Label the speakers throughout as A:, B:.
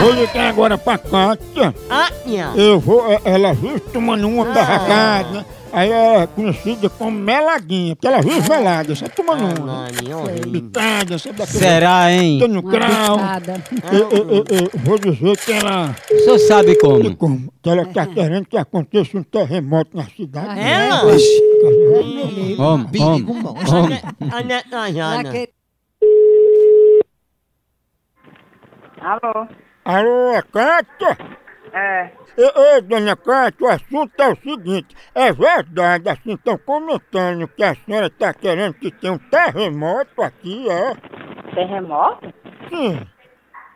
A: Vou ligar agora pra Kátia.
B: Ah, minha.
A: Eu vou, é- ela vive tomando uma barracada, né? Aí ela é conhecida como Meladinha, porque ela vive velada, sempre tomando uma.
B: Ah, minha horrível.
A: Bitada, sabe daquele...
C: Será, hein?
A: Tô no
D: Uma
A: crau.
D: pitada.
A: Eu, eu- eu- eu vou dizer que ela,
C: O senhor sabe como?
A: como, que ela tá querendo que aconteça um terremoto na
B: Ah,
A: cidade. né? tá
B: Ela?
C: Homem, homem, homem.
B: A netajada.
D: Laque-
E: Alô?
A: Alô, Cátia?
E: É.
A: Ei, ei, dona Cátia, o assunto é o seguinte. É verdade, assim, estão comentando que a senhora está querendo que tenha um terremoto aqui, é?
E: Terremoto?
A: Sim.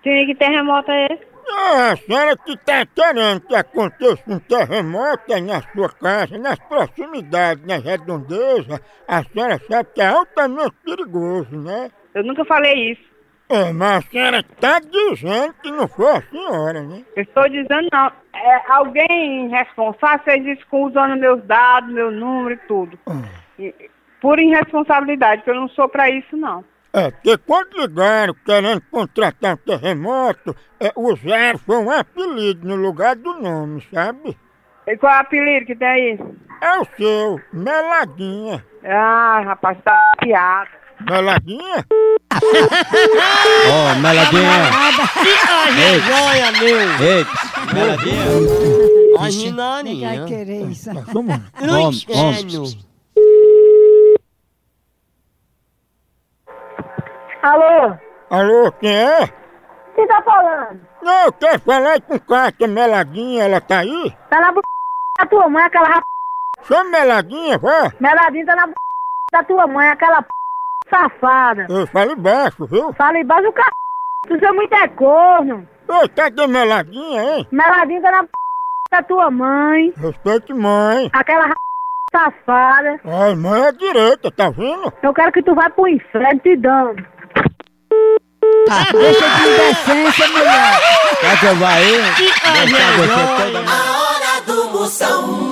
E: Sim, que terremoto é esse?
A: É, a senhora que está querendo que aconteça um terremoto aí na sua casa, nas proximidades, nas redondezas, a senhora sabe que é altamente perigoso, né?
E: Eu nunca falei isso.
A: É, mas a senhora está dizendo que não foi a senhora, né?
E: Eu estou dizendo não. É, alguém responsável fez isso com- usando meus dados, meu número e tudo.
A: Ah.
E: E- por irresponsabilidade, porque eu não sou pra isso, não.
A: É, porque quando ligaram querendo contratar um terremoto, é, usaram foi um apelido no lugar do nome, sabe?
E: E qual é o apelido que tem aí?
A: É o seu, Meladinha.
E: Ah, rapaz, tá piada.
A: Meladinha?
C: Ó, Oh, meladinha.
B: Que joia, meu.
C: Ei, meladinha.
B: A
D: Vai
B: ginarinha.
D: querer isso.
A: Tá, vamos lá.
B: No
C: Homem, homem.
B: inferno.
E: Alô?
A: Alô, quem é?
E: Quem tá falando?
A: Não, eu quero falar com Cátia Meladinha, ela tá aí?
E: Tá na b... da tua mãe, aquela rap...
A: Chama Meladinha, vó.
E: meladinha, tá na b... da tua mãe, aquela p... safada.
A: Eu falo baixo, viu?
E: Fala embaixo do c... Tu sou muito é corno.
A: Ô, cadê Meladinha, hein?
E: Meladinha tá na p... da tua mãe,
A: Respeite mãe.
E: aquela r... safada.
A: Ai, mãe é direita, tá vendo?
E: Eu quero que tu vá pro inferno te dando.
D: Deixa de indecência, mulher.
C: Quer que eu vá aí?
B: Que
C: Deixar você toda
B: joia.
F: A hora do Moção.